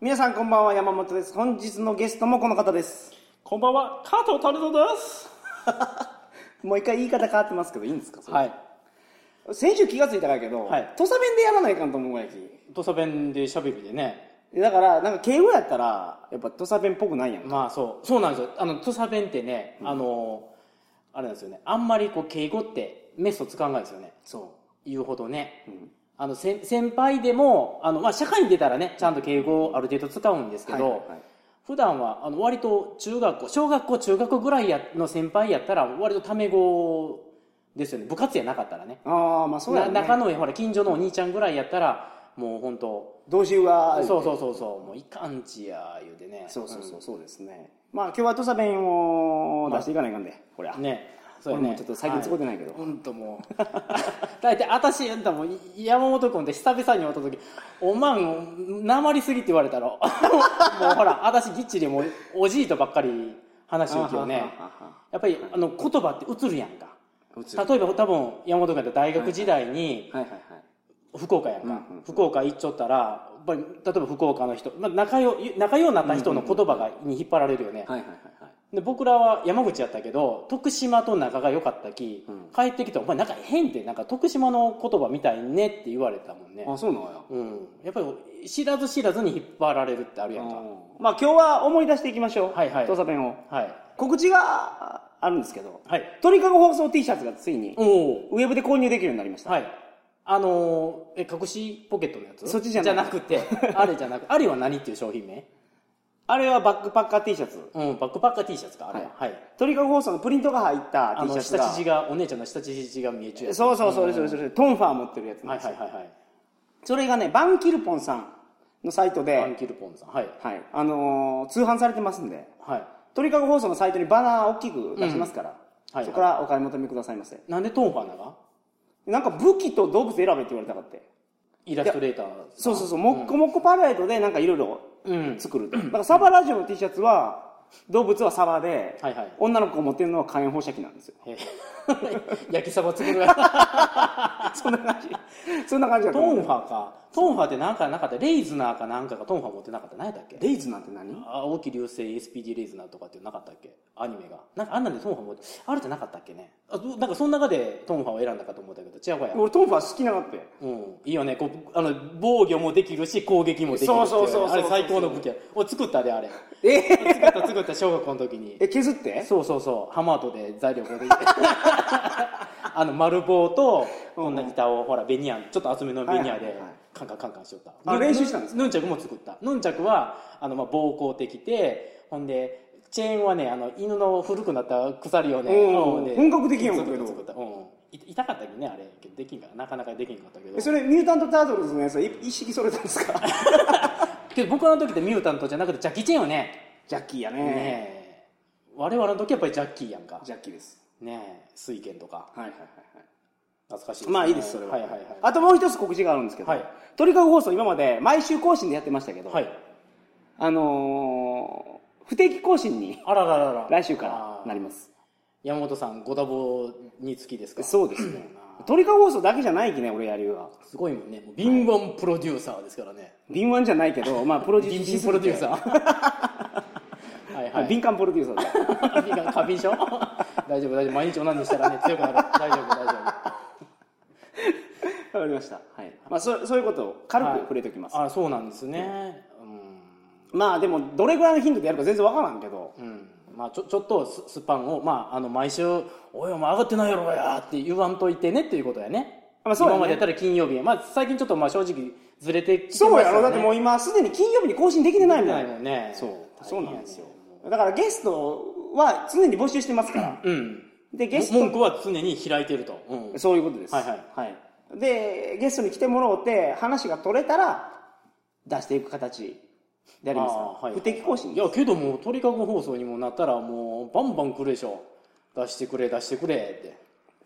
皆さんこんばんは山本です本日のゲストもこの方 ですこんばんは、加藤タルトです。もう一回言い方変わってますけどいいんですかそれはい。先週気がついたんやけど、はい土佐弁でやらないかんと思うやき土佐弁でしゃべりでね。だからなんか敬語やったらやっぱ土佐弁っぽくないやん、まあそう。そうなんですよ。あの、土佐弁ってね、あの、あれなんですよね。あんまりこう、敬語ってメソ使わないですよね。そ言うほどね。う、うんあの、先先輩でも、あの、まあ社会に出たらね、ちゃんと敬語をある程度使うんですけど、はいはいはい普段は、あの、割と中学校、小学校、中学校ぐらいやの先輩やったら、割とタメ語ですよね。部活やなかったらね。ああまあそうやなね中のほら、近所のお兄ちゃんぐらいやったら、もう本当同時はそうそうそうそう、もういかんちや言うてね。そうそうそうそうですねまあ今日は土佐弁を出していかないかんでこりゃ、んね。そう俺やもね。ちょっと最近使はっいてないけど、ほんともう。だいたい私、あんたもう山本君って久々に会った時、おまん、なまりすぎって言われたろ。もう ほら、私ぎっちりもうおじいとばっかり話しようよね。あはははやっぱりあの言葉って映るやんか。うつる例えば多分山本君って大学時代に、はいはいはい福岡やんか、うんうんうん福岡行っちゃったらやっぱり例えば福岡の人、まあ、仲よ仲ようになった人の言葉が、に引っ張られるよね、はいはいはいはいで僕らは山口やったけど徳島と仲が良かったき、うん帰ってきて「お前仲変ってなんか徳島の言葉みたいね」って言われたもんねあそうなんやうんやっぱり知らず知らずに引っ張られるってあるやんかまあ今日は思い出していきましょう、はいはい土佐弁をはい告知があるんですけどはい鳥かご放送 T シャツがついにおおウェブで購入できるようになりました、はいあのーえ隠しポケットのやつそっちじゃないくてあれじゃなくあれは何っていう商品名 あれはバックパッカー T シャツうんバックパッカー T シャツかあれははい、鳥かご放送のプリントが入ったあ T シャのツ下が乳がお姉ちゃんの下乳が見えちゃうやつそうそうそれそれそれトンファー持ってるやつなんはいですよはいはいはいそれがねバンキルポンさんのサイトアンで、キルポンさんはいはいあのー通販されてますんではい鳥かご放送のサイトにバナー大きく出しますから、うんはいそこからお買い求めくださいませなんでトンファーながなんか武器と動物選べって言われたかってイラストレーターそうそうそう、もっこもっこパレードでなんかいろいろうん作ると。だからサバラジオの T シャツは、動物はサバで、はいはい女の子を持ってるのは火炎放射器なんですよ。へ 焼きそば 作るやそんな感じ。そんな感じだつとト思うンファーかトンファーってなんかなかったレイズナーかなんかがトンファー持ってなかった何やったっけレイズなんて何青木流星 SPD レイズナーとかってなかったっけアニメがなんかあんなんでトンファー持ってあれじゃなかったっけねあどなんかその中でトンファーを選んだかと思ったけど違うわや俺トンファー好きなかったよ。うん、いいよねこうあの防御もできるし攻撃もできるっていそうねそうそうそうあれ最高の武器や俺作った であれえ作った作った小学校の時にえ、削って そうそうそうハマートで材料こ うできてあの丸棒とこんな板をほらベニヤンちょっと厚めのベニヤはいではいはいカンカンカンカンしよったあぬ練習したんですぬぬんちゃくも作ったヌンチャクはあの、まあ、暴行的でほんでチェーンはねあの犬の古くなった鎖をねおううんね本格的やん作っけどた作ったうんい痛かったけどねあれけどできんからなかなかできんかったけどえそれ、ミュータント・タートルズのやつは一一式それたんですか けど僕らの時ってミュータントじゃなくてジャッキー・チェーンよねジャッキーやねね。え我々の時はやっぱりジャッキーやんかジャッキーです。ねえ水拳とかはいはいはいはい。懐かしいですねまあいいです、それは。はいはいはいあともう一つ告知があるんですけど、はい鳥かご放送今まで毎週更新でやってましたけど、はいあのー不定期更新にあらららら来週からなります。山本さんご多忙につきですかそうですね。鳥かご放送だけじゃないきね、俺やりは。すごいもんねもう敏腕プロデューサーですからね敏腕じゃないけ ど、まあ、プロデュー敏腕ス。プロデューサーはいはい敏感プロデューサー だ。敏感過敏症大丈夫大丈夫毎日オナニーしたらね強くなる大丈夫大丈夫わかりました。はい。まあ、そそういうことを軽く触れておきます。あそうなんですねうんまあ、でも、どれぐらいの頻度でやるか全然わからんけど、うんまあ、ちょちょっとススパンを、まあ、あの毎週「おいお前上がってないやろや」って言わんといてねっていうことやね,、まあそうやね今までやったら金曜日、まあ、最近ちょっとまあ正直ずれてきてますよ、ね、そうやろ、だってもう今、すでに金曜日に更新できてないもん。ないもんねそう。大変やねそうなんですよ。だからゲストは常に募集してますから。うんで、ゲスト文句は常に開いてると、うん、そういうことです。はいはいで、ゲストに来てもらおうって、話が取れたら、出していく形でありますから。あーはい不定期更新いやけどもう鳥かご放送にもなったらもうバンバン来るでしょ出してくれ出してくれって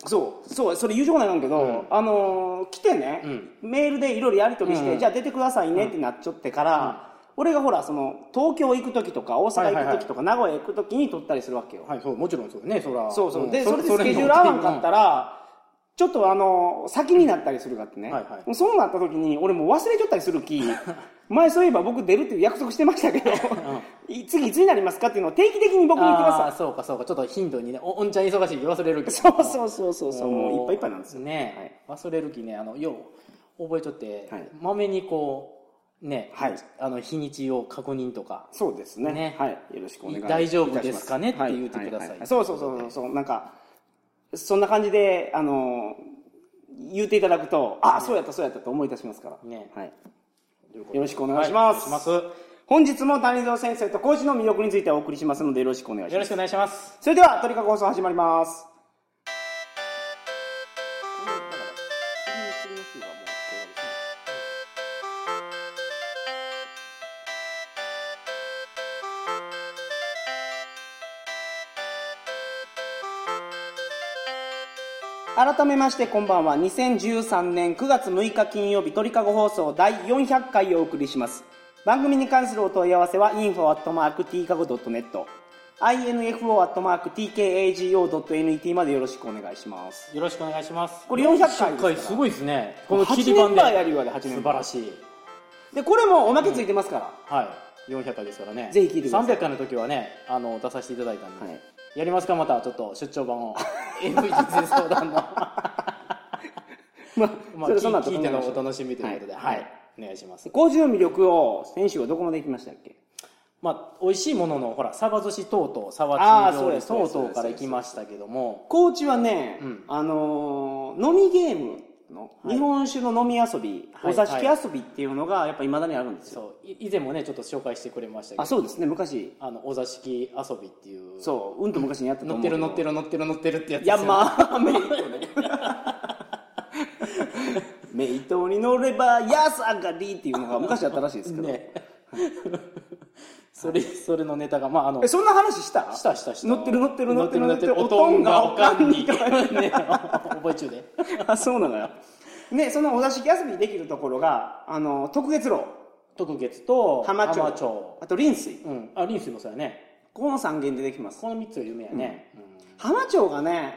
そう、そう、それ言うじゃないなんけど、あのー来てね、メールでいろいろやり取りして、じゃあ出てくださいねってなっちゃってから、俺がほら、その、東京行く時とか、大阪行く時とか、名古屋行く時に撮ったりするわけよ。はいそうもちろんそうねそらそうそう。んで、それでスケジュール合わんかったら、ら、ちょっとあの、先になったりするかってね。はいはいもうそうなった時に、俺もう忘れちゃったりするき、 前そういえば僕出るっていう約束してましたけど、 い次いつになりますかっていうのを定期的に僕に言ってあまあそうかそうかちょっと頻度にねおおんちゃん忙しいけど忘れるけどすそうそうそうそうそうもういっぱいいっぱいなんですよね、忘れる気ねあのよう覚えちょってはいまめ、にこうね、はいあの日にちを確認とかそうですねねはいよろしくお願いいたします大丈夫ですかねって言ってはくださいははそうそうそうそうなんかそんな感じであの言っていただくとああそうやったそうやったと思い出しますからねはいということでよろしくお願いします,、はいお願いし本日も谷蔵先生と講師の魅力についてお送りしますのでよろしくお願いましすよまろすしくお願いしますそれでは鳥かご放送始まります改めましてこんばんは2013年9月6日金曜日鳥かご放送第400回をお送りします番組に関するお問い合わせは info.tkago.net info.tkago.net までよろしくお願いしますよろしくお願いしますこれ400回ですからすごいですねこの切8り板年で前やるよで8素年晴前らしいでこれもおまけついてますから、はい400回ですからねぜひ聞いてください300回の時はねあの出させていただいたんで、はいやりますかまたちょっと出張版 を MV 実相談のまあ、まあそれ聞その後聞いての考えましょおう楽しみということでははいい、お願いします工事の魅力を先週はどこまで行きましたっけまあ美味しいもののほらサバ寿司等々サあバーチそうでンす等そうで々すから行きましたけども高知はね、うんあのー飲みゲームの、はい日本酒の飲み遊び、はいお座敷遊びっていうのがやっぱいまだにあるんですよ、そうい以前もねちょっと紹介してくれましたあけどそうですね昔あのお座敷遊びっていうそううんと昔にやったと乗思っうてる乗ってる乗ってる乗ってるってやつですよね山メイトねメイトに乗れば安上がりっていうのが 昔あったらしいですけど、ねそれそれのネタがまああのえそんな話したしたしたした乗ってる乗ってる乗ってる乗って乗っるる乗っててるおとんがおかんにおとんがおかんにね覚え中であそうなのよねそのお座敷遊びできるところがあの特月楼特月と浜町町あと臨水うんあリンスもそうやねこの3軒でできますこの3つは有名やね、浜町がね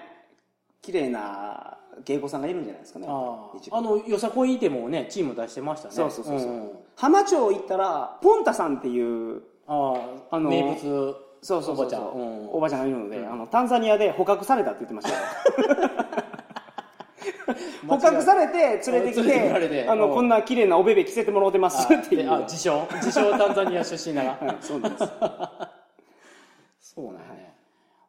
綺麗な芸妓さんがいるんじゃないですかねあ一ああ番のよさこいでもねチーム出してましたねそうそうそうそうん浜町行ったらポンタさんっていうあああの名物そうそうそうおばちゃん、うんおばちゃんがいるので、あのタンザニアで捕獲されたって言ってました よ捕獲されて連れてき連れてこられててあのうんこんな綺麗なおべべ着せてもらうてますっていでうあ自称自称タンザニア出身ならはいそうなんです そうなんやね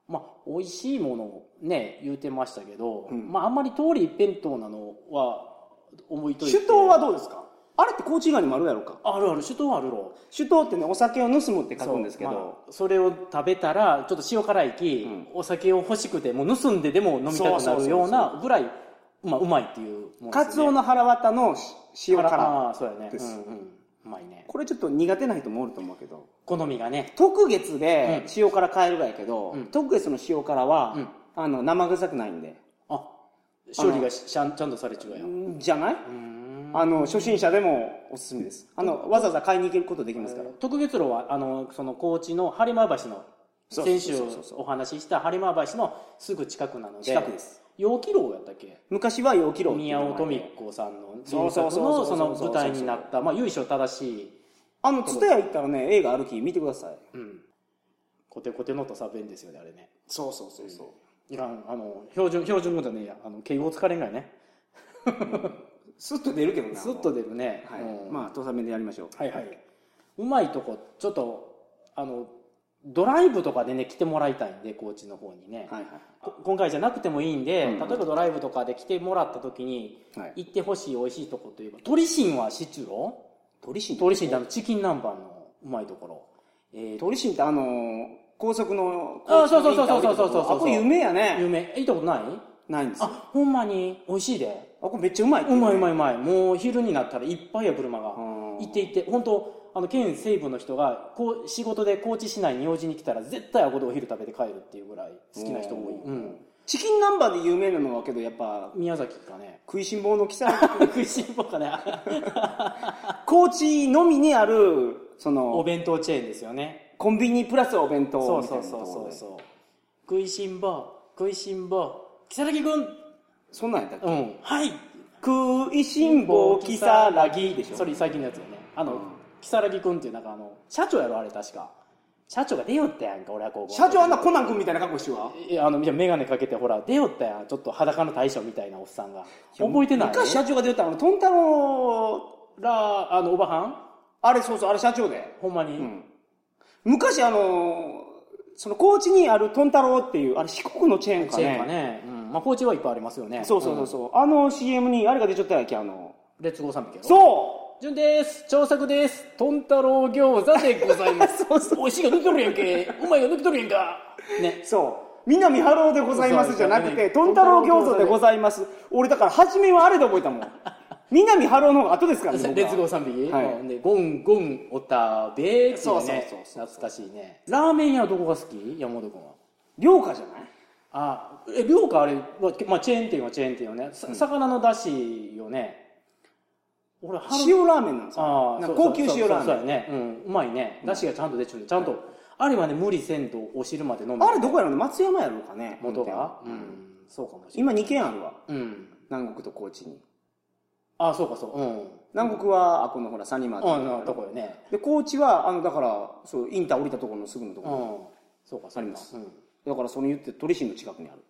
まあ美味しいものをね言うてましたけど、うんまああんまり通り一辺倒なのは思いといて酒盗はどうですかあれって高知以外にもあるやろうかあるある酒盗あるろ酒盗ってねお酒を盗むって書そくうんですけど、まあそれを食べたらちょっと塩辛いき、うんお酒を欲しくてもう盗んででも飲みたくそうそうなそうるようなぐらいまあうまいっていうもんカツオの腹渡の塩辛ああーそうやねですうんうんうまいねこれちょっと苦手な人もおると思うけど好みがね特月でうん塩辛変えるがやけど、うん特月の塩辛は、うんあの生臭くないんであ処理がしちゃんちゃんとされちゅうやんじゃないあの初心者でもおすすめですあのわざわざ買いに行けることできますから、特月路はあのその高知の播磨橋のそう先週そうそうそうお話しした播磨橋のすぐ近くなので近くです陽気楼やったっけ昔は陽気楼っていう宮名前尾で富子さんのそう原そう作そうそうそのうその舞台になったまあ由緒正しいあの蔦屋行ったらね映画あるき見てくださいうんコテコテの土佐弁ですよねあれねそうそうそうそう、いかんあの標準標準語じゃねえやあの敬語疲れんがいねスッと出るけどなスッと出るね、はい、うんまあ土佐弁でやりましょうはいはい、うまいとこちょっとあのドライブとかでね来てもらいたいんで高知の方にね、はいこ今回じゃなくてもいいんで、うん例えばドライブとかで来てもらった時にはい、はい、行ってほしい美味しいとこといえば鳥心はシチュロ鳥神鳥心ってあのチキン南蛮のうまいところ、えー、鳥神ってあのー高速のあそうそうそうそうそうそうそうあこれ有名やね有名行ったことないないんですよああほんまに美味しいでこれめっちゃうまいってうまいういまいうまいもう昼になったらいっぱいや車が行って行って本当あの県西部の人がこう仕事で高知市内に用事に来たら絶対あごでお昼食べて帰るっていうぐらい好きな人多い、うん、チキン南蛮で有名なのはけどやっぱ宮崎かね 食いしん坊の記載食いしん坊か ね高知のみにあるそおの弁当チェーンですよねコンビニプラスお弁そ当うみたいそうなとこそうそろうでそう食いしん坊食いしん坊如月君そんなんやったっけうんはい食いしん坊きさらぎでしょそれ最近のやつよねあの、うん如月君っていうなんかあの社長やろあれ確か社長が出よったやんか俺は高校社長あんなコナン君みたいな格好してるわいやあの眼鏡かけてほら出よったやんちょっと裸の大将みたいなおっさんが覚えてない昔社長が出よったあのトンタローらあのおばはんあれそうそうあれ社長でほんまに、ん昔あのその高知にあるトンタローっていうあれ四国のチェーンかチェーねンかね、うんまあ、高知はいっぱいありますよねそうそうそうそそう、あの CM にあれが出ちゃったやんけあのうんレッツゴー三匹やろそじゅんです調作ですとんたろう餃子でございます おいしいが抜き取るやんけうまいが抜き取るやんかねうそう南ハローでございまそすうじゃなくじゃなていトンタロー餃子でございます俺だから初めはあれで覚えたもん 南ハローの方が後ですからレね僕はッツゴー三匹、はいうんでゴンゴンおたべっていうねそうそうそうそう懐かしいねラーメン屋はどこが好き山本君は涼花じゃないあえ涼かあれは、まあ、チェーン店はチェーン店よね、さ魚のだしよね俺は塩ラーメンなんですあよあなんか高級塩ラーメそうそうそうそうンやね、うん、うまいねだしがちゃんと出ちゃうんでちゃんと、あれはね無理せんとお汁まで飲むあれどこやろうね松山やろうかね元が本店はうんそうかもしれな今い2軒あるわ今うん南国と高知にあそうかそううん南国はあこのほらサニマあーのとこよねで高知はあのだからそうインター降りたところのすぐのとうこんろそうかあそうかりますうんだからその言って鳥市の近くにある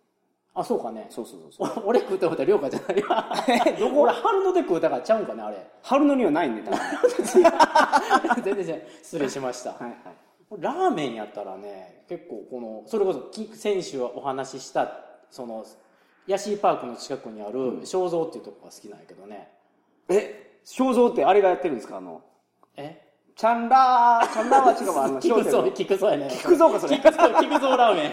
あそう かねそうそうそうそう俺食うたことは涼かじゃないわ どこ俺春ので食うたからちゃうんかね あれ春野にはないんで 多分は全然違う失礼しましたいはいラーメンやったらね結構このそれこそき先週お話ししたそのヤシーパークの近くにある正蔵っていうとこが好きなんやけどね、え正蔵ってあれがやってるんですかあのえチャンラーチャンラーは違うわあ の菊蔵正 菊蔵やね蔵かそれ菊蔵菊蔵ラーメ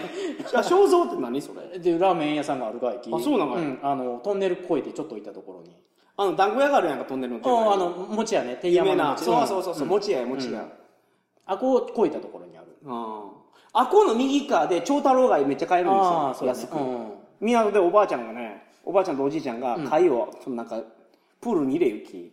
正蔵って何それンでラーメン屋さんがあるが駅あそうなのやん、あのトンネル越えてちょっと行ったところにあの団子屋があるやんか飛んでるの手前にああの餅やね手有山名のな餅そうそうそうそううん餅屋や餅屋あこう越えたところにあるうんあこの右側で長太郎貝めっちゃ買えるんああですそようや安ねくうん港でおばあちゃんがねおばあちゃんとおじいちゃんが貝をそのなんかプールに入れ行き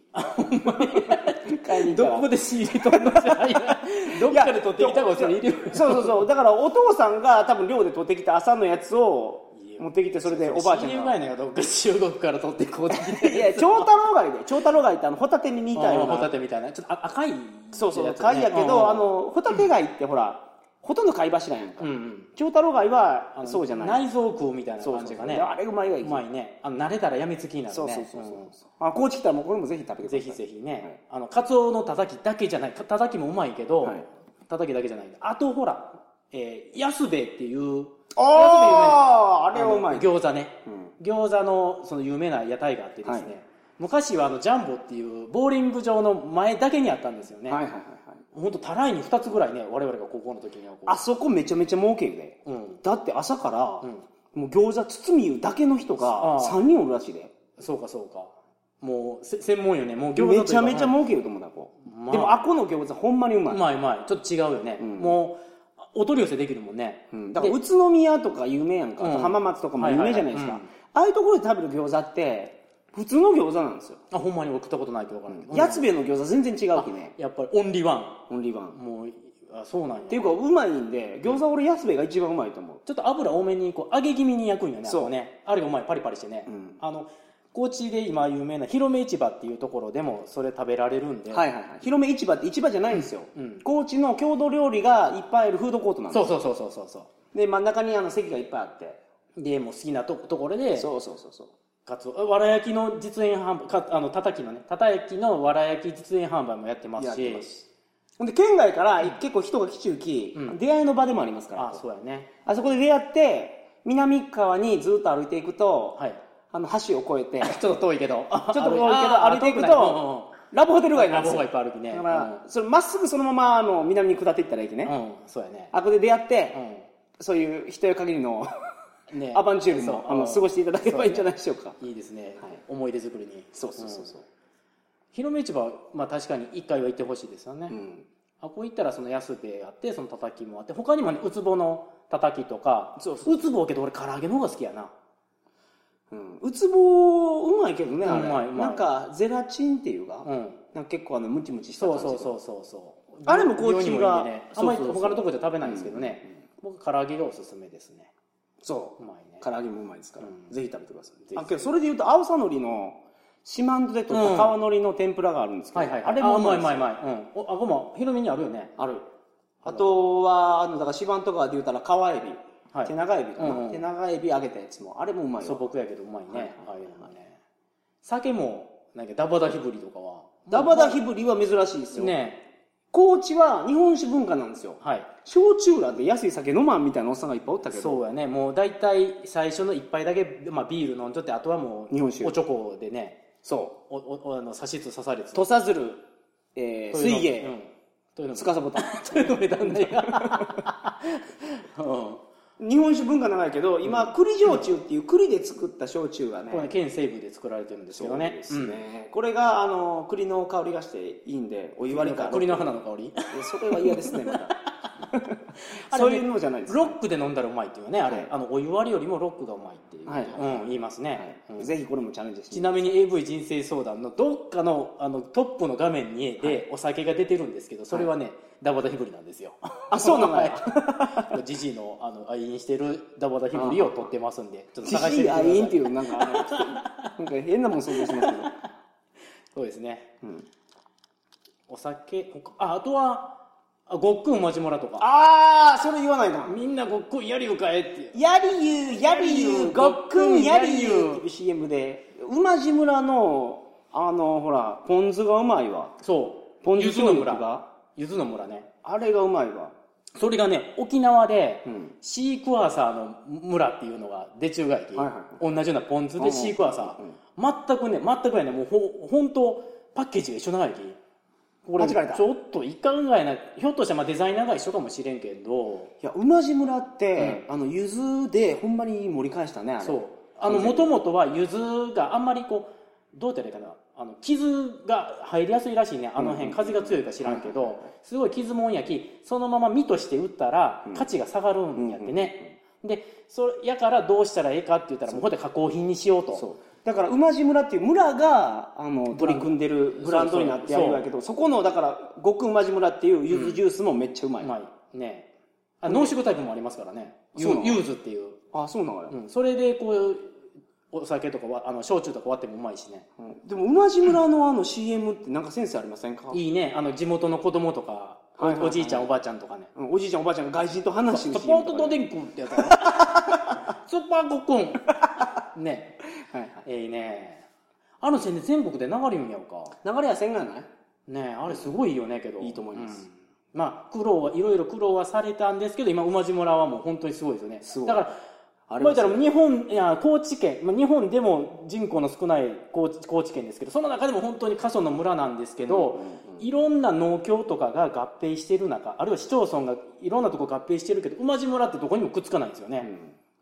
買いに行ったどらこで仕入れとんのじゃいやどっかで取ってきたことそれ入れるそうそうそうだからお父さんが多分寮で取ってきた朝のやつを持ってきてそれでおばあちゃ仕入れんるが前のよどっか中国から取ってこうてきいや長太郎貝で長太郎貝 ってあのホタテに似たようホタなテみたいなちょっとあ赤いやつねそうそう貝やけうんどあのホタテ貝ってほらほとんど貝柱やんかうんうん長太郎貝はあのそうじゃない内臓食うみたいなそう感そうじそがうねであれうまいわうまいねあの慣れたらやみつきになるねそうそうそうそう、んあ高知来たらもうこれもぜひ食べてくださぜいひぜひね、あのカツオのたたきだけじゃないかたたきもうまいけど、はいたたきだけじゃないあとほら、えー、安兵衛っていうああ、あれあはのうまい、餃子ね、う餃子のその有名な屋台があってですね、はい昔はあのジャンボっていうボーリング場の前だけにあったんですよね、はいはいはいはいほんとたらいに2つぐらいね我々が高校の時にはこうあそこめちゃめちゃ儲けるで、うんだって朝から、んもう餃子包み湯だけの人あがあ3人おるらしいでそうかそうかもうせ専門よねもう餃子といえばめちゃめちゃ儲けると思うなこう、まあでもあこの餃子ほんまにうまい、うまいうまいちょっと違うよね、んもうお取り寄せできるもんね、うんだから宇都宮とか有名やんか、うんあと浜松とかも有名じゃないですか、はいはいはいうんああいうところで食べる餃子って普通の餃子なんですよ、あほんまに送ったことないって分からんけど、やつべえの餃子全然違うきねやっぱりオンリーワオンリーワンンもうあそうなんやっていうかうまいんで餃子俺安兵衛が一番うまいと思うちょっと油多めにこう揚げ気味に焼くんよねそうあのねあれがうまいパリパリしてね、んあの高知で今有名な広め市場っていうところでもそれ食べられるんで、はいはいはい広め市場って市場じゃないんですよ、うんうん高知の郷土料理がいっぱいあるフードコートなんですそようそうそうそうそうそで真ん中にあの席がいっぱいあってうでもう好きなとところでそうそうそうそうかつおわら焼きの実演販売かあのたたきのねたたきのわら焼き実演販売もやってますやっしてますほんで県外から結構人が来ちゅうき、出会いの場でもありますからあそうやねあそこで出会って南側にずっと歩いていくと、はいあの橋を越えて ちちょっと遠いけ どちょっょっと遠いけど歩いていくとラブホテル街なんラでボすがいよっぱい歩きねだから、それまっすぐそのままあの南に下っていったらいいきね、うん、うんそうやねあこで出会って、うそういう人よ限りのんねアバンチュールそもうあの過ごしていただければいいんじゃないでしょうかいいですね、はい思い出作りにそうそうそうそう、広め市場はまあ確かに1回は行ってほしいですよね、うんあこう行ったらその安兵衛があってそのたたきもあって他にもねウツボのたたきとかそうウツボやけど俺唐揚げの方が好きやなうんうつぼうまいけどねあれうまいうまいなんかゼラチンっていうか,、うんなんか結構あのムチムチしたそ感うじそうそううそうそうあれも高知が世にもいいんでねあんまりそうそうそう他のとこじゃ食べないんですけどね、僕唐揚げがおすすめですねそううまいね唐揚げもうまいですから、うんぜひ食べてくださひいあけどそれで言うと青さのりの四万十で取った川のりの天ぷらがあるんですけど、はいはい。あれあもううまいまいんうですまいようまい。うん。おあ、ごま、ひろみにあるよね。あるあとはあのだから四万十川で言ったら川エビ、はい手長エビかな、うんうん手長エビ揚げたやつもあれもうまい素よ朴やけどうまいはいね。ああいうのもね。酒も、なんかダバダヒブリとかは。ダバダヒブリは珍しいですよ、ね高知は日本酒文化なんですよはい。焼酎らで安い酒飲まんみたいなおっさんがいっぱいおったけどそうやね。もう大体最初の一杯だけ、まあビール飲んじゃって、あとはもう、日本酒おちょこでね、そお、お、おあの、刺しつ刺されつ。土佐鶴、えー、というの水う芸ん。というのも。司ボタというのもなんだよ。 うん。ン日本酒文化長いけど今栗焼酎っていう栗で作った焼酎がね、これね、県西部で作られてるんですけどね。そうですねこれがあの栗の香りがしていいんでお湯割りか栗の花の香り。えそれは嫌ですねま だあれねそういうのじゃないですロックで飲んだらうまいっていうね、あれ。はいあの、お湯割りよりもロックがうまいっていう。はいうん、言いますね。うんぜひこれもチャレンジしてちなみに AV 人生相談のどっかのあのトップの画面にでお酒が出てるんですけど、それはね、ダバダヒブリなんですよ。あそうなの はいジジイのあの愛飲してるダバダヒブリを撮ってます んで、ちょっとジ探しジてみイてくだアさい。インっていうなんかあのちょっとなんか変なもん想像しますけどそうですね。うんお酒、他あ、あとは、あごっくんまじもらとか。ああそれ言わないなみんなごっくんやりゆかえっていう。やりゆうやりゆうごっくんやりゆうっていう CM で馬路村のあのほらポン酢がうまいわそう。ポン酢ゆずの醤油村。がゆずの村ね。あれがうまいわそれがね、沖縄で、うんシークワーサーの村っていうのが出中外駅、はいは同じようなポン酢うんうでんシークワーサうんー、全くね全くやねもうほほんとパッケージが一緒長駅これ間違えたちょっといかんがやなひょっとしたらまあデザイナーが一緒かもしれんけどいや馬路村ってあのゆずでほんまに盛り返したねあれそうあのもともとはゆずがあんまりこうどうやったらいいかなあの傷が入りやすいらしいねあの辺、風が強いか知らんけど、すごい傷もんやきそのまま身として売ったらうん価値が下がるんやってね、でそれやからどうしたらええかって言ったらもうほんで加工品にしようとそうだから馬路村っていう村があの取り組んでるブランドになってやるんやけどそこのだから極馬路村っていうゆずジュースもめっちゃうまい、うまいねあ濃縮タイプもありますからねゆそうなのゆずっていう、あそうなのよ、うんそれでこうお酒とかわあの焼酎とか割ってもうまいしねうんでも馬路村のあの CM ってなんかセンスありませんか、いいねあの地元の子供とかお,、はいはいはいおじいちゃんおばあちゃんとかねうんおじいちゃんおばあちゃんが外人と話してスる CM ポートとドかねリンクっ てやつやろスーパーゴくんねはいはいえいねあの線で全国で流れるんやろか流れはせんがないねあれすごいよねけどいいと思いますうんまあ苦労はいろいろ苦労はされたんですけど今馬路村はもう本当にすごいですよねすごいだからあまあは言ったら日本いや高知県、まあ、日本でも人口の少ない高知高知県ですけどその中でも本当に過疎の村なんですけど、いろんな農協とかが合併してる中あるいは市町村がいろんなとこ合併してるけど馬路村ってどこにもくっつかないんですよね、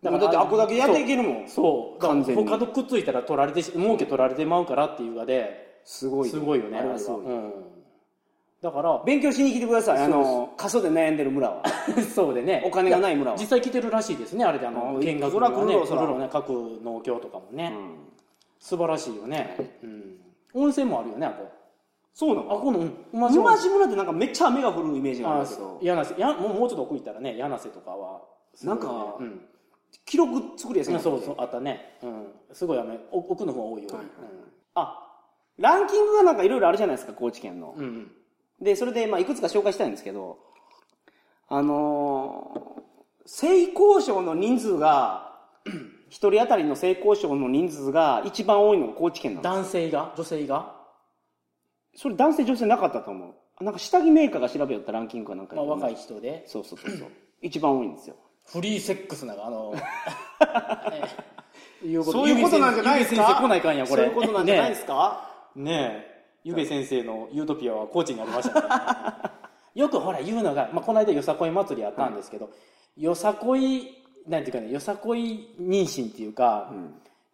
だからだってあっこだけやっていけるもんそうだから完全に他とくっついたら取られてし儲け取られてまうからっていうがですごいすごいよねあれあはれすはごい、うん、だから 勉強しに来てくださいあその過疎で悩んでる村はそうでねお金がない村は実際来てるらしいですねあれであのあ見学そらがね来るよそら来るよね各農協とかもね、うん素晴らしいよね、うん、温泉もあるよねあこそうなあのこのうん馬路馬路村ってなんかめっちゃ雨が降るイメージがあるんあだけど柳瀬やもうもうちょっと奥行ったらね柳瀬とかはすごいねなんかうん、記録作りやすいなそうそうあったね、うん、すごいあのお奥の方多いよ、はいはいうん、あランキングがなんかいろいろあるじゃないですか高知県の、うんうんでそれでまあいくつか紹介したいんですけどあのー、性交渉の人数が 一人当たりの性交渉の人数が一番多いのが高知県なの男性が女性がそれ男性女性なかったと思うあなんか下着メーカーが調べよったランキングかなんかまあ、若い人人でそうそうそうそう一番多いんですよフリーセックスなの あのえいうそういうことなんじゃないですかゆべ先生来ないかんやこそれういうことなんじゃないですか、ねねえゆべ先生のユートピアは高知にありまし たねよくほら言うのが、まあ、この間よさこい祭りやったんですけど、よさこいなんていうかねよさこい妊娠っていうか、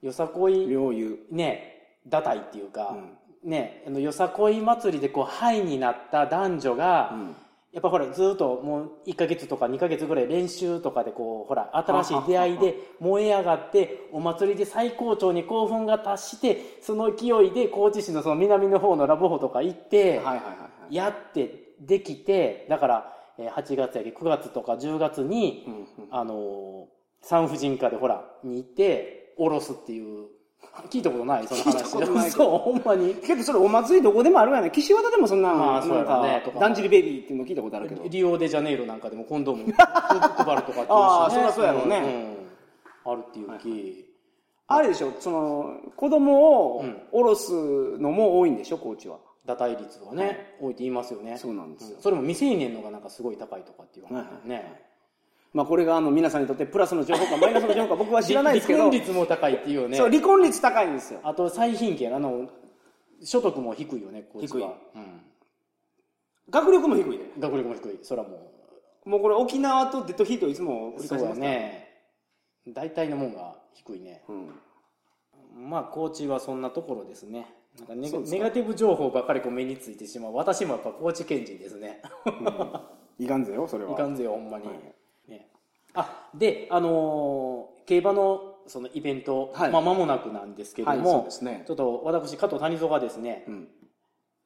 よさこい両湯ね堕胎っていうか、ねあのよさこい祭りでこうハイになった男女が、うんやっぱほらずっともう1ヶ月とか2ヶ月ぐらい練習とかでこうほら新しい出会いで燃え上がってお祭りで最高潮に興奮が達してその勢いで高知市のその南の方のラブホとか行っはていはいはいはいやってできてだからえー8月やけ9月とか10月にうんうんあのー産婦人科でほらに行っておろすっていう聞いたことないその聞いたことないけ話どそうほんまにけどそれお祭りどこでもあるやね岸和田でもそんな,、まあそうなやんろかうねだんじりベビーっていうの聞いたことあるけどリオデジャネイロなんかでもコンドー ム配るとかっていうしねああそりゃそうやろうねうんあるっていうきあれでしょその子供をうん降ろすのも多いんでしょ高知は打退率はね多いって言いますよねそうなんですよそれも未成年のがなんかすごい高いとかっていう話だよねまあこれがあの皆さんにとってプラスの情報かマイナスの情報か僕は知らないですけど 離婚率も高いっていうよねそう離婚率高いんですよあと最貧権あの所得も低いよねこっち低いはうん学力も低いで学力も低いそれはももうこれ沖縄とデッドヒートいつもう繰りそ返うしだますねね大体のもんが低いねうんまあ高知はそんなところですねなんかネガそうですかネガティブ情報ばっかりこう目についてしまう私もやっぱ高知県人ですねいかんぜよそれはいかんぜよほんまに、はいね、あであのー競馬のそのイベント、はいまあ、間もなくなんですけどはいそうも、ですねちょっと私加藤谷蔵がですねうん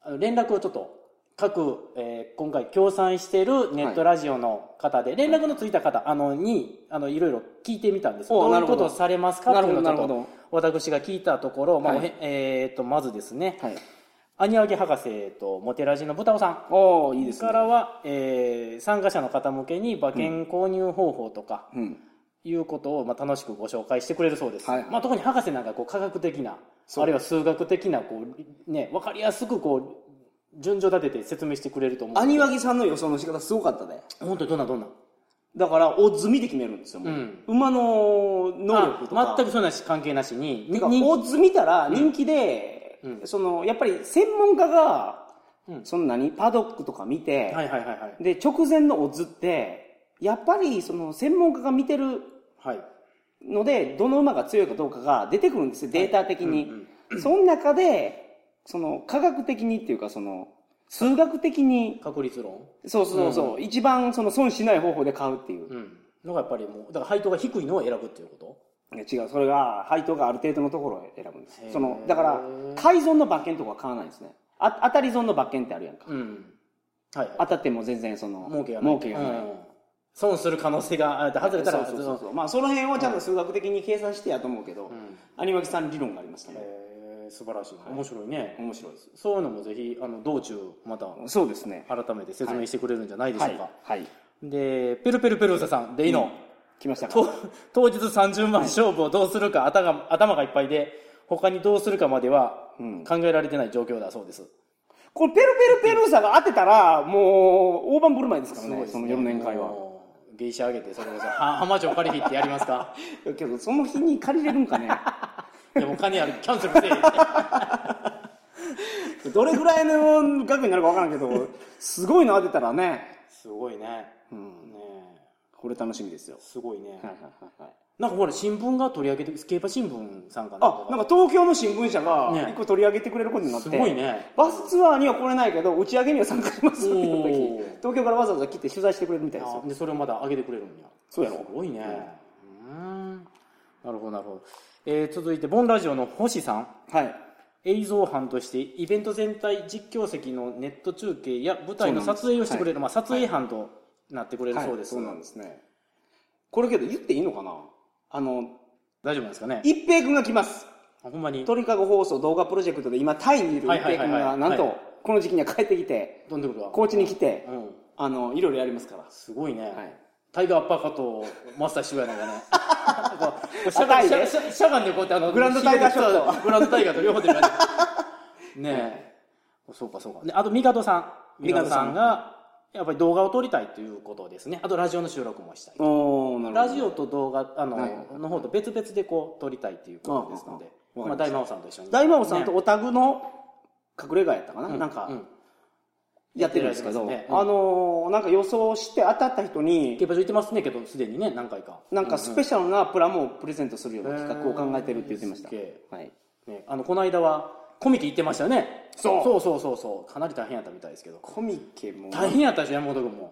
あの連絡をちょっと各、えー今回協賛しているネットラジオの方で連絡のついた方、あのにあのいろいろ聞いてみたんですおどうないるうほこどとをされますかっていうのをちょっとど私が聞いたところ、まあはいおへえー、とまずですね、はいアニワギ博士とモテラジのブタオさんおおいいですねからは、えー参加者の方向けに馬券購入方法とかうんいうことを、まあ、楽しくご紹介してくれるそうです、はいはいまあ、特に博士なんかこう科学的なそうあるいは数学的なこう、ね、分かりやすくこう順序立てて説明してくれると思うアニワギさんの予想の仕方すごかったで本当にどんなどんなだからオッズ見て決めるんですよ、もううん馬の能力とかあ全くそういうのは関係なしにてかオ人ッズ見たら人気で、うんそのやっぱり専門家が、うんその何パドックとか見て、はいはいはいはいで直前のオッズってやっぱりその専門家が見てるはいのでどの馬が強いかどうかが出てくるんですよデータ的に、うんその中でその科学的にっていうかその数学的に確率論、そうそうそう、一番その損しない方法で買うっていう、うん、のがやっぱりもうだから配当が低いのを選ぶっていうこいや違うそれが配当がある程度のところを選ぶんですへーそのだから改損の馬券とかは買わないですねあ当たり損の馬券ってあるやんか、とうんはい、はい当たっても全然その儲けがない儲けがない、うん損する可能性があ外れたらそうそうそうそうまあその辺をちゃんと数学的に計算してやと思うけど、ん有馬木さん理論がありましたね、えー素晴らしい、面白いね、面白いですそういうのもぜひあの道中またそうですね改めて説明してくれるんじゃないでしょはうか、いはいでペルペルペルーサさんでいいの、来ましたかと当日30万勝負をどうするか頭が頭がいっぱいで他にどうするかまではうん考えられてない状況だそうです、これペルペルペルーサが当てたらもう大盤振る舞いですからそうねですそのね4年会はもう芸者上げてそれこそは浜町借り切ってやりますか けどその日に借りれるんかねいやもう金あるキャンセルせえどれぐらいの額になるか分からんけどすごいの当てたらね、すごいねうん、ねえこれ楽しみですよすごいね、はいはいはいはいなんかほら新聞が取り上げて競馬新聞さんかなあなんか東京の新聞社がね一個取り上げてくれることになって、すごいねバスツアーには来れないけど打ち上げには参加しますって言った時おー東京からわざわざ来て取材してくれるみたいですあよでそれをまだ上げてくれるんやそうやろすごいねうんなるほどなるほど、えー続いてボンラジオの星さんはい映像班としてイベント全体実況席のネット中継や舞台の撮影をしてくれる、まあ、撮影班となってくれるそうです、はいそうなんですねこれけど言っていいのかなあの大丈夫なんですかね一平君が来ますあほんまに鳥かご放送動画プロジェクトで今タイにいるは一いはい平はい君はいがなんはとこの時期には帰ってきてどんでことは高知に来てうんあのいろいろやりますからすごいね、はいタイガーアッパーカットをマスターしてくれない かねこうしゃ赤がんいしねゃしゃしゃがんでこうやってあのグランドタイガーショットそうグランドタイガーと両方でやる ねえそうかそうかであとミカドさんミミカカドドささんんがやっぱり動画を撮りたいということですねあとラジオの収録もしたいおおなるほどラジオと動画あの、はいはいの方と別々でこう撮りたいということですのあああであまわあ、か大魔王さんと一緒に大魔王さんとねおタグの隠れ家やったかな、なんかうやってるんですけど、やってるやつですねうんあのーなんか予想して当たった人競に馬場行ってますねけどすでにね何回かなんかスペシャルなプラモをプレゼントするような企画を考えてるって言ってました、うんすっげえはい、ね、あのこの間はコミケ行ってましたよねそうそうそうそうそうかなり大変やったみたいですけどコミケも大変やったでしょ山本君も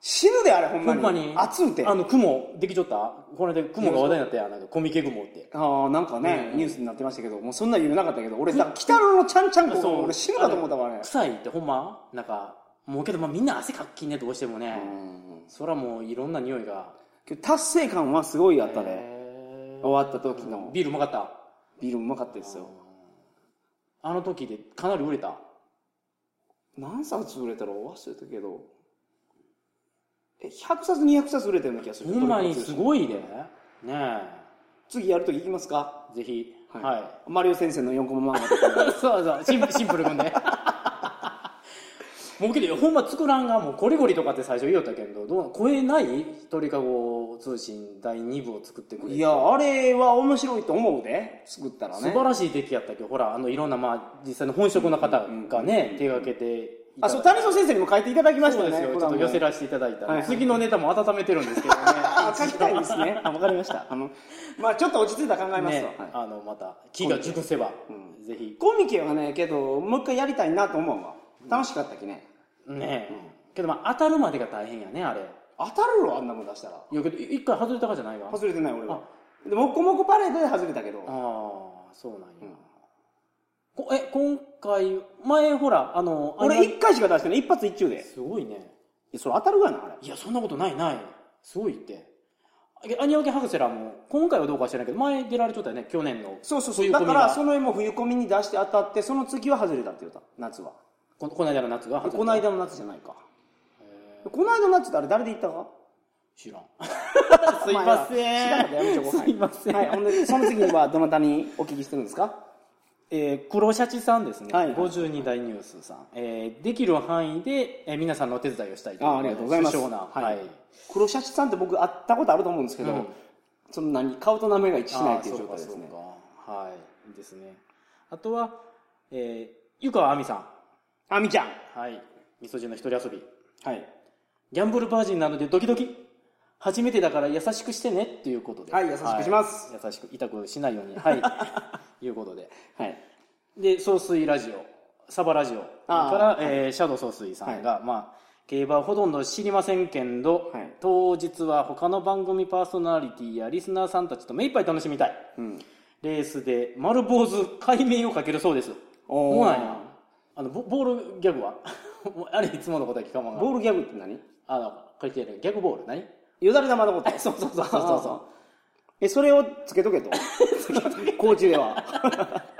死ぬであれほんまほんにまに熱うてああの雲できちょったこの間雲が話題になったやんなんかコミケ雲ってあーなんかね、ニュースになってましたけどもうそんな言うなかったけど俺だから北野のちゃんちゃんこがそう俺死ぬかと思ったわね臭いってほんまなんかもうけど、まあ、みんな汗かっきんねどうしてもねうんそらもういろんな匂いがけど達成感はすごいあったねへー終わった時のビールうまかったビールうまかったですよあの時でかなり売れた何冊売れたら忘れたけどえ100冊200冊売れたような気がするほんまにすごいでね次やるときいきますかえぜひははいい、マリオ先生の4コマ漫画とか そうそうシンプシンプルくん ねもうけどほんま作らんがもうコリコリとかって最初言おったけどどうなん超えない鳥かご通信第2部を作ってくれていやあれは面白いと思うで作ったらね素晴らしい出来やったけどほらあのいろんなまあ実際の本職の方がね、手がけていたあそう谷蔵先生にも書いていただきましたそようでねすこよ、ちれょはっもとう寄せらせていただいた、はいはい次のネタも温めてるんで すけどねあ書きたいですねあわかりましたあのまあちょっと落ち着いたら考えますねわ、はいあのまた木が熟せば、ぜひコミケはねけどもう一回やりたいなと思うわ楽しかったきねね、けどまあ当たるまでが大変やねあれい当たるろあんなもん出したらやけど一回外れたかじゃないわあ外れてない俺はでもこもこパレードで外れたけどあーそうなんや、こえ今回前ほらあの俺あんま一回しか出してない一発一中ですごいねいやそれ当たるがなあれいやそんなことないないすごいってアニオケ博士らも今回はどうかは知らないけど前出られちゃったよね去年のそうそうそう冬コだミがからその絵も冬コミに出して当たってその次は外れたって言うた夏はここの間の夏が外れたこの間の夏じゃないかこの間の夏ってあれ誰で行ったか知らん すいません知らんことやめとこうはいすいません、はいほんでその次はどなたにお聞きしてるんですかえー黒シャチさんですね、はい52大ニュースさん、えーできる範囲で、えー皆さんのお手伝いをしたいというあありがとうございます殊勝な、ははいい黒シャチさんって僕会ったことあると思うんですけど、うんその何顔と名前が一致しないあっあていそうう状態かでそすうねかはいですねあとは、えー、湯川亜美さあみちゃんんはいみそ汁の一人遊びはいギャンブルバージンなのでドキドキ初めてだから優しくしてねっていうことではい優しくしますはい優しく痛くしないようにはい いうことではいで総水ラジオサバラジオあーから、えーシャドウ総水さんが、まあ競馬ほとんど知りませんけんど、はい当日は他の番組パーソナリティやリスナーさんたちと目いっぱい楽しみたいうんレースで丸坊主解明をかけるそうですおーそうなんやあのボボールギャグは もうあれいつものことは聞かんもんがボールギャグって何あのこれ聞いてるギャグボール何よだれ玉のこと そうそうそうそうそうえそれをつけとけと高知では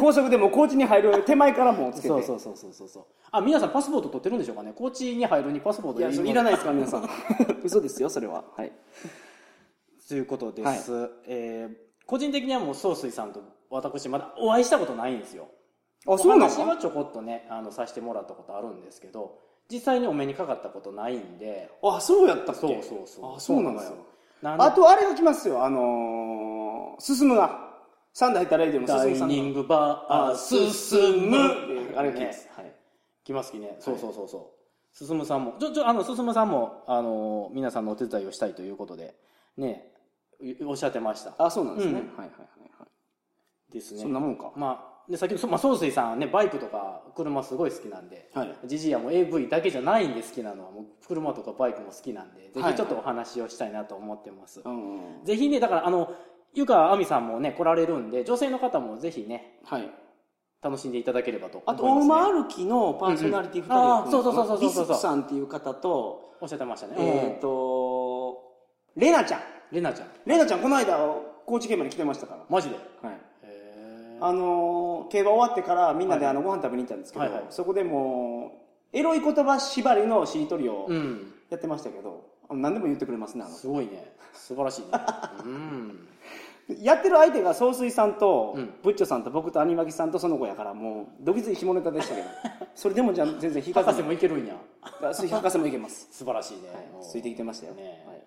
高速でも高知に入る手前からもうつけてそうそうそうそうそうそうあ皆さんパスポート取ってるんでしょうかね高知に入るにパスポートいやそれいらないですか皆さん 嘘ですよそれははいということです、えー個人的にはもう総帥さんと私まだお会いしたことないんですよあそうなお話のはちょこっとねあのさせてもらったことあるんですけど実際にお目にかかったことないんであそうやったっけそうそうそうあそうなのよなんあでとあれが来ますよあのー、進むがサンダー入ったレイディオのダ進イむさんニがングバーあ進むあれが来ます、はい来ますきねそうそうそうそう進さんもちょちょあの進さんもあの皆さんのお手伝いをしたいということでねおおっしゃってましたあそうなんですね、うんはいはいはいはいですねそんなもんかまあ、で先ほど、まあ、総帥さんはねバイクとか車すごい好きなんではいジジイはもう AV だけじゃないんで好きなのはもう車とかバイクも好きなんでぜはいひちょっとお話をしたいなと思ってます、うんうんぜひねだからあの湯川亜美さんもね来られるんで女性の方もぜひねはい楽しんでいただければとあ思と、いま大す、ね、間歩きのパーソナリティ2人うんうんを組んだあーそうそうそうそうそうそうリスさんっていう方と、おっしゃってましたね、えっ、と、レナちゃん。レナちゃんレナちゃん、この間、高知県まで来てましたかマジでへら。はい。えあのー競馬終わってからみんなではあいのご飯食べに行ったんですけど、はいはいそこでもう、エロい言葉縛りのしりとりをうんやってましたけど、あの何でも言ってくれますね、あのすごいね素晴ら しいねうんやってる相手が総帥さんと、うんブッチョさんと僕とアニマキさんとその子やから、もう、どぎつい下ネタでした けど、それでもじゃあ全然引か博ず士 に、もいけるんや博士もいけます。素晴らしいね、はいもうついてきてましたよ。ねはい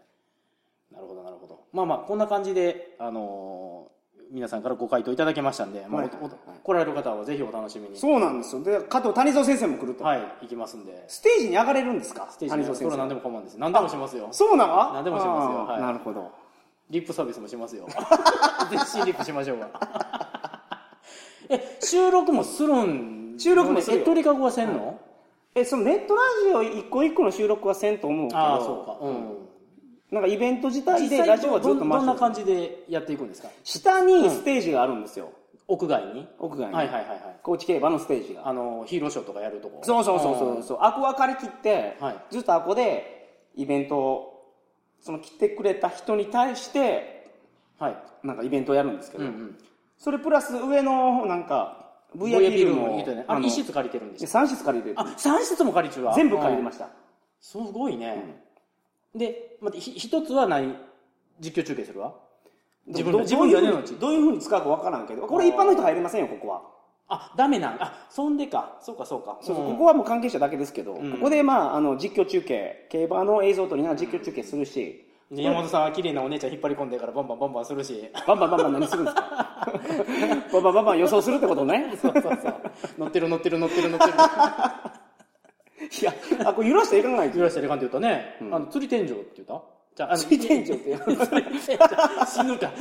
なるほどなるほどまあまあこんな感じで、あのー皆さんからご回答いただけましたんで、まあはいはいはいおお来られる方はぜひお楽しみにそうなんですよ。で、加藤谷蔵先生も来ると。はい行きますんでステージに上がれるんですかステージ谷に蔵それ先は生。何でも構わんです何でもしますよそうなの何でもしますよあーはいなるほど。リップサービスも しますよ全身リップしましょうか え収録もするん収録もするよえ鳥かごはせんの、え、そのネットラジオ一個一個の収録はせんと思うけど、ああそうかうんなんかイベント自体で実ラ際ジオはずっどとん回どしてんなる感じでやっていくんですか下にステージがあるんですよ。屋外に屋外に。はいはいはいはい高知競馬のステージが。あのヒーローショーとかやるとこそうそうそうそうそう。アコは借り切って、はずっとアコでイベントを、その来てくれた人に対して、はいなんかイベントをやるんですけうど、んうんそれプラス上のなんか VIP ルームもいいとねあのれ一室借りてるんですよ3室借りてるあ三3室も借りてるわ全部借りてましした、すごいね、で待ってひ一つは何実況中継するわ自分どのう自分のどういう屋根ふのううちにどういうふうに使うかわからんけどこれ一般の人入れませんよここはあダメなんあそんでかそうかそうかそうそううんここはもう関係者だけですけど、うんここで、まあ、あの実況中継競馬の映像を撮りながら実況中継する し、で山本さんは綺麗なお姉ちゃん引っ張り込んでるからバンバンバンバンする しバンバンバンバン何するんですかバンバンバンバン予想するってことねそうそうそう乗ってる乗ってる乗ってる乗って るいやあこれ揺らしていかないと 揺らしてるかんって言ったね、うんあの釣り天井って言ったじゃああの水天井 って 死ぬか。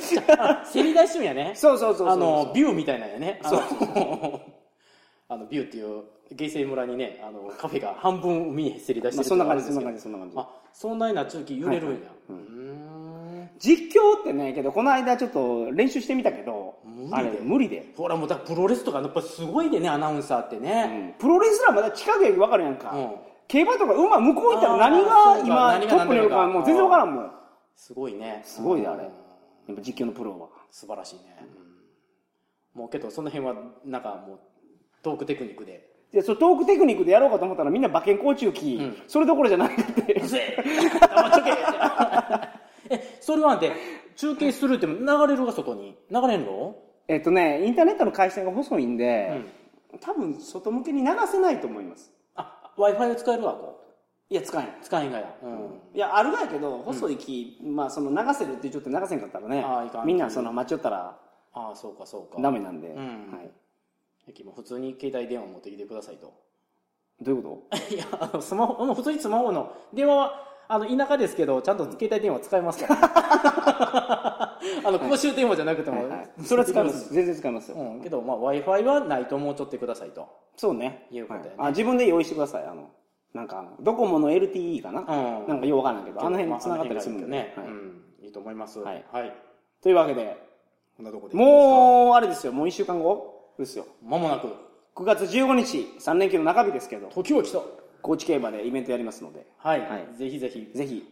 せり出しもやね。そうそうそうそうあの、ビューみたいなんやね。あの、 あのビューっていう、芸西村にね、あの、カフェが半分海にせり出してまあ、るそんな感じそんな感感じそんな感じあ、そんなような中期揺れるんや。うーん実況ってねけどこの間ちょっと練習してみたけど無理であれ無理で、ほら、もうだからプロレスとか、やっぱすごいでね、アナウンサーってうね。んプロレスラーまだ近くやけど分かるやんか、うん競馬とか馬向こう行ったら何あーそうかが何今がトップにいる何かだかもう全然分からんもんすごいね。すごいねあれうんやっぱ実況のプロは素晴らしいね。もうけど、その辺は、なんかもう、トークテクニックで。でそれトークテクニックでやろうかと思ったらみんな馬券講中期、うんそれどころじゃないって うぜえ黙っとけ え、それはで、中継するっても流れるが外に流れんのえっとねインターネットの回線が細いんで、多分外向けに流せないと思いますあ、Wi-Fi を使えるわ、こいや使えんう。使えんがや。うん。いやあるがやけど細い木、まあその流せるっていうちょっと流せんかったらねあーいかんみんなその待ちよったらああ、そうか、そうか。ダメなんで、うんはい、駅も普通に携帯電話持ってきてくださいと。どういうこいや、あのスマホ、もう普通にスマホの電話は、あの、田舎ですけど、ちゃんと携帯電話使え ますから、ね。あの、公衆電話じゃなくてと、も、はい、それは使いま。す全然使いますよ、うん、けど、まあ、Wi-Fi はないと思うちょってくださいと。そうねいうことやねはいあ自分で用意してくださいあのなんかあのドコモの LTE かな、うんなんかようわからんけどあのま辺繋がったりするあんので辺がいいけはいどね。うん、いいと思います。はいはいというわけでこんなとこで。う、もうあれですよもう1週間後ですよ間もなく、 9月15日3連休の中日ですけど時は来た。高知競馬でイベントやりますのではい。はいぜひぜひ。ぜひ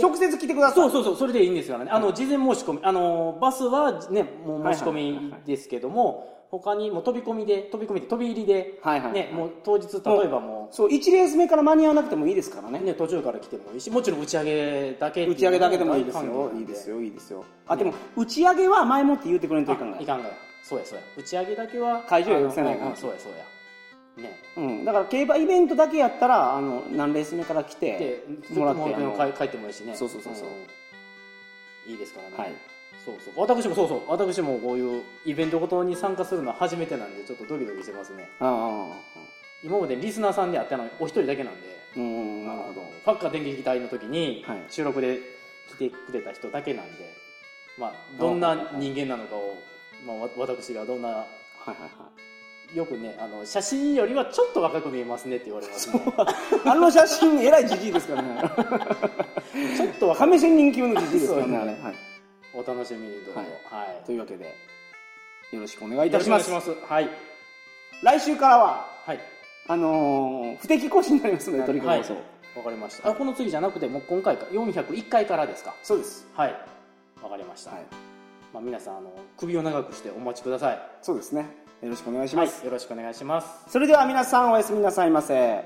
直接来てくださいそうそうそう、それでいいんですからね。あの、事前申し込み、あの、バスはね、もう申し込はいはいはいみはいですけども、他にも飛び込みで、飛び込みで、飛び入りで、はいはいはいね、もう当日、例えばもそう1レース目から間に合わなくてもいいですからう、ねね、途中から来てもいいし、もちろん打ち上げだけっていう打ち上げだけでもいいです大歓よ迎いいですよいいですよあでも打ち上げは前もって言ってくれんといかんがいかんがや。そうや、そうや。打ち上げだけは。会場は許せないからあのうんそうや、そうや。ね。うん、だから競馬イベントだけやったらあの何レース目から来でて、ももららっってあのて帰ってもいいしね。そうそうそうそうんいいですからね。はいそうそう。私もそうそう。私もこういうイベントごとに参加するのは初めてなんで、ちょっとドキドキしてますね。ああ今までリスナーさんで会ったのはお一人だけなんで。うんなるほどファッカー電撃隊の時にはい収録で来てくれた人だけなんで、まあどんな人間なのかを、まあわ私がどんなはいはいよくねあの写真よりはちょっと若く見えますねって言われますね。はいあの写真えらいじじいですからね ちょっと若く亀仙人級のじじいですからねそうあでれ、すねはい、お楽しみにどうぞ。ははいい。というわけでよろしくお願いいたしよまろすくお願いします。はい。来週からははい。あのー不適更新になりますので取り組み放送、わかりました。あ、この次じゃなくて、もう今回か、401回からですか。そうですはい。わかりました。はいまあ、皆さん、あの、首を長くしてお待ちください。そうですねよろしくお願いしはまいす、。よろしくお願いします。それでは皆さんおやすみなさいませ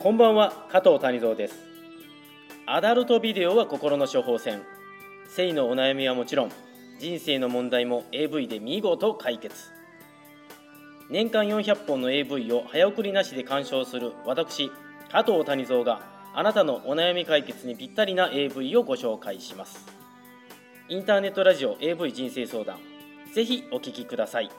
こんばんは加藤谷蔵ですアダルトビデオは心の処方箋性のお悩みはもちろん人生の問題も AV で見事解決年間400本の AV を早送りなしで鑑賞する私加藤谷蔵があなたのお悩み解決にぴったりな AV をご紹介しますインターネットラジオ AV 人生相談ぜひお聞きください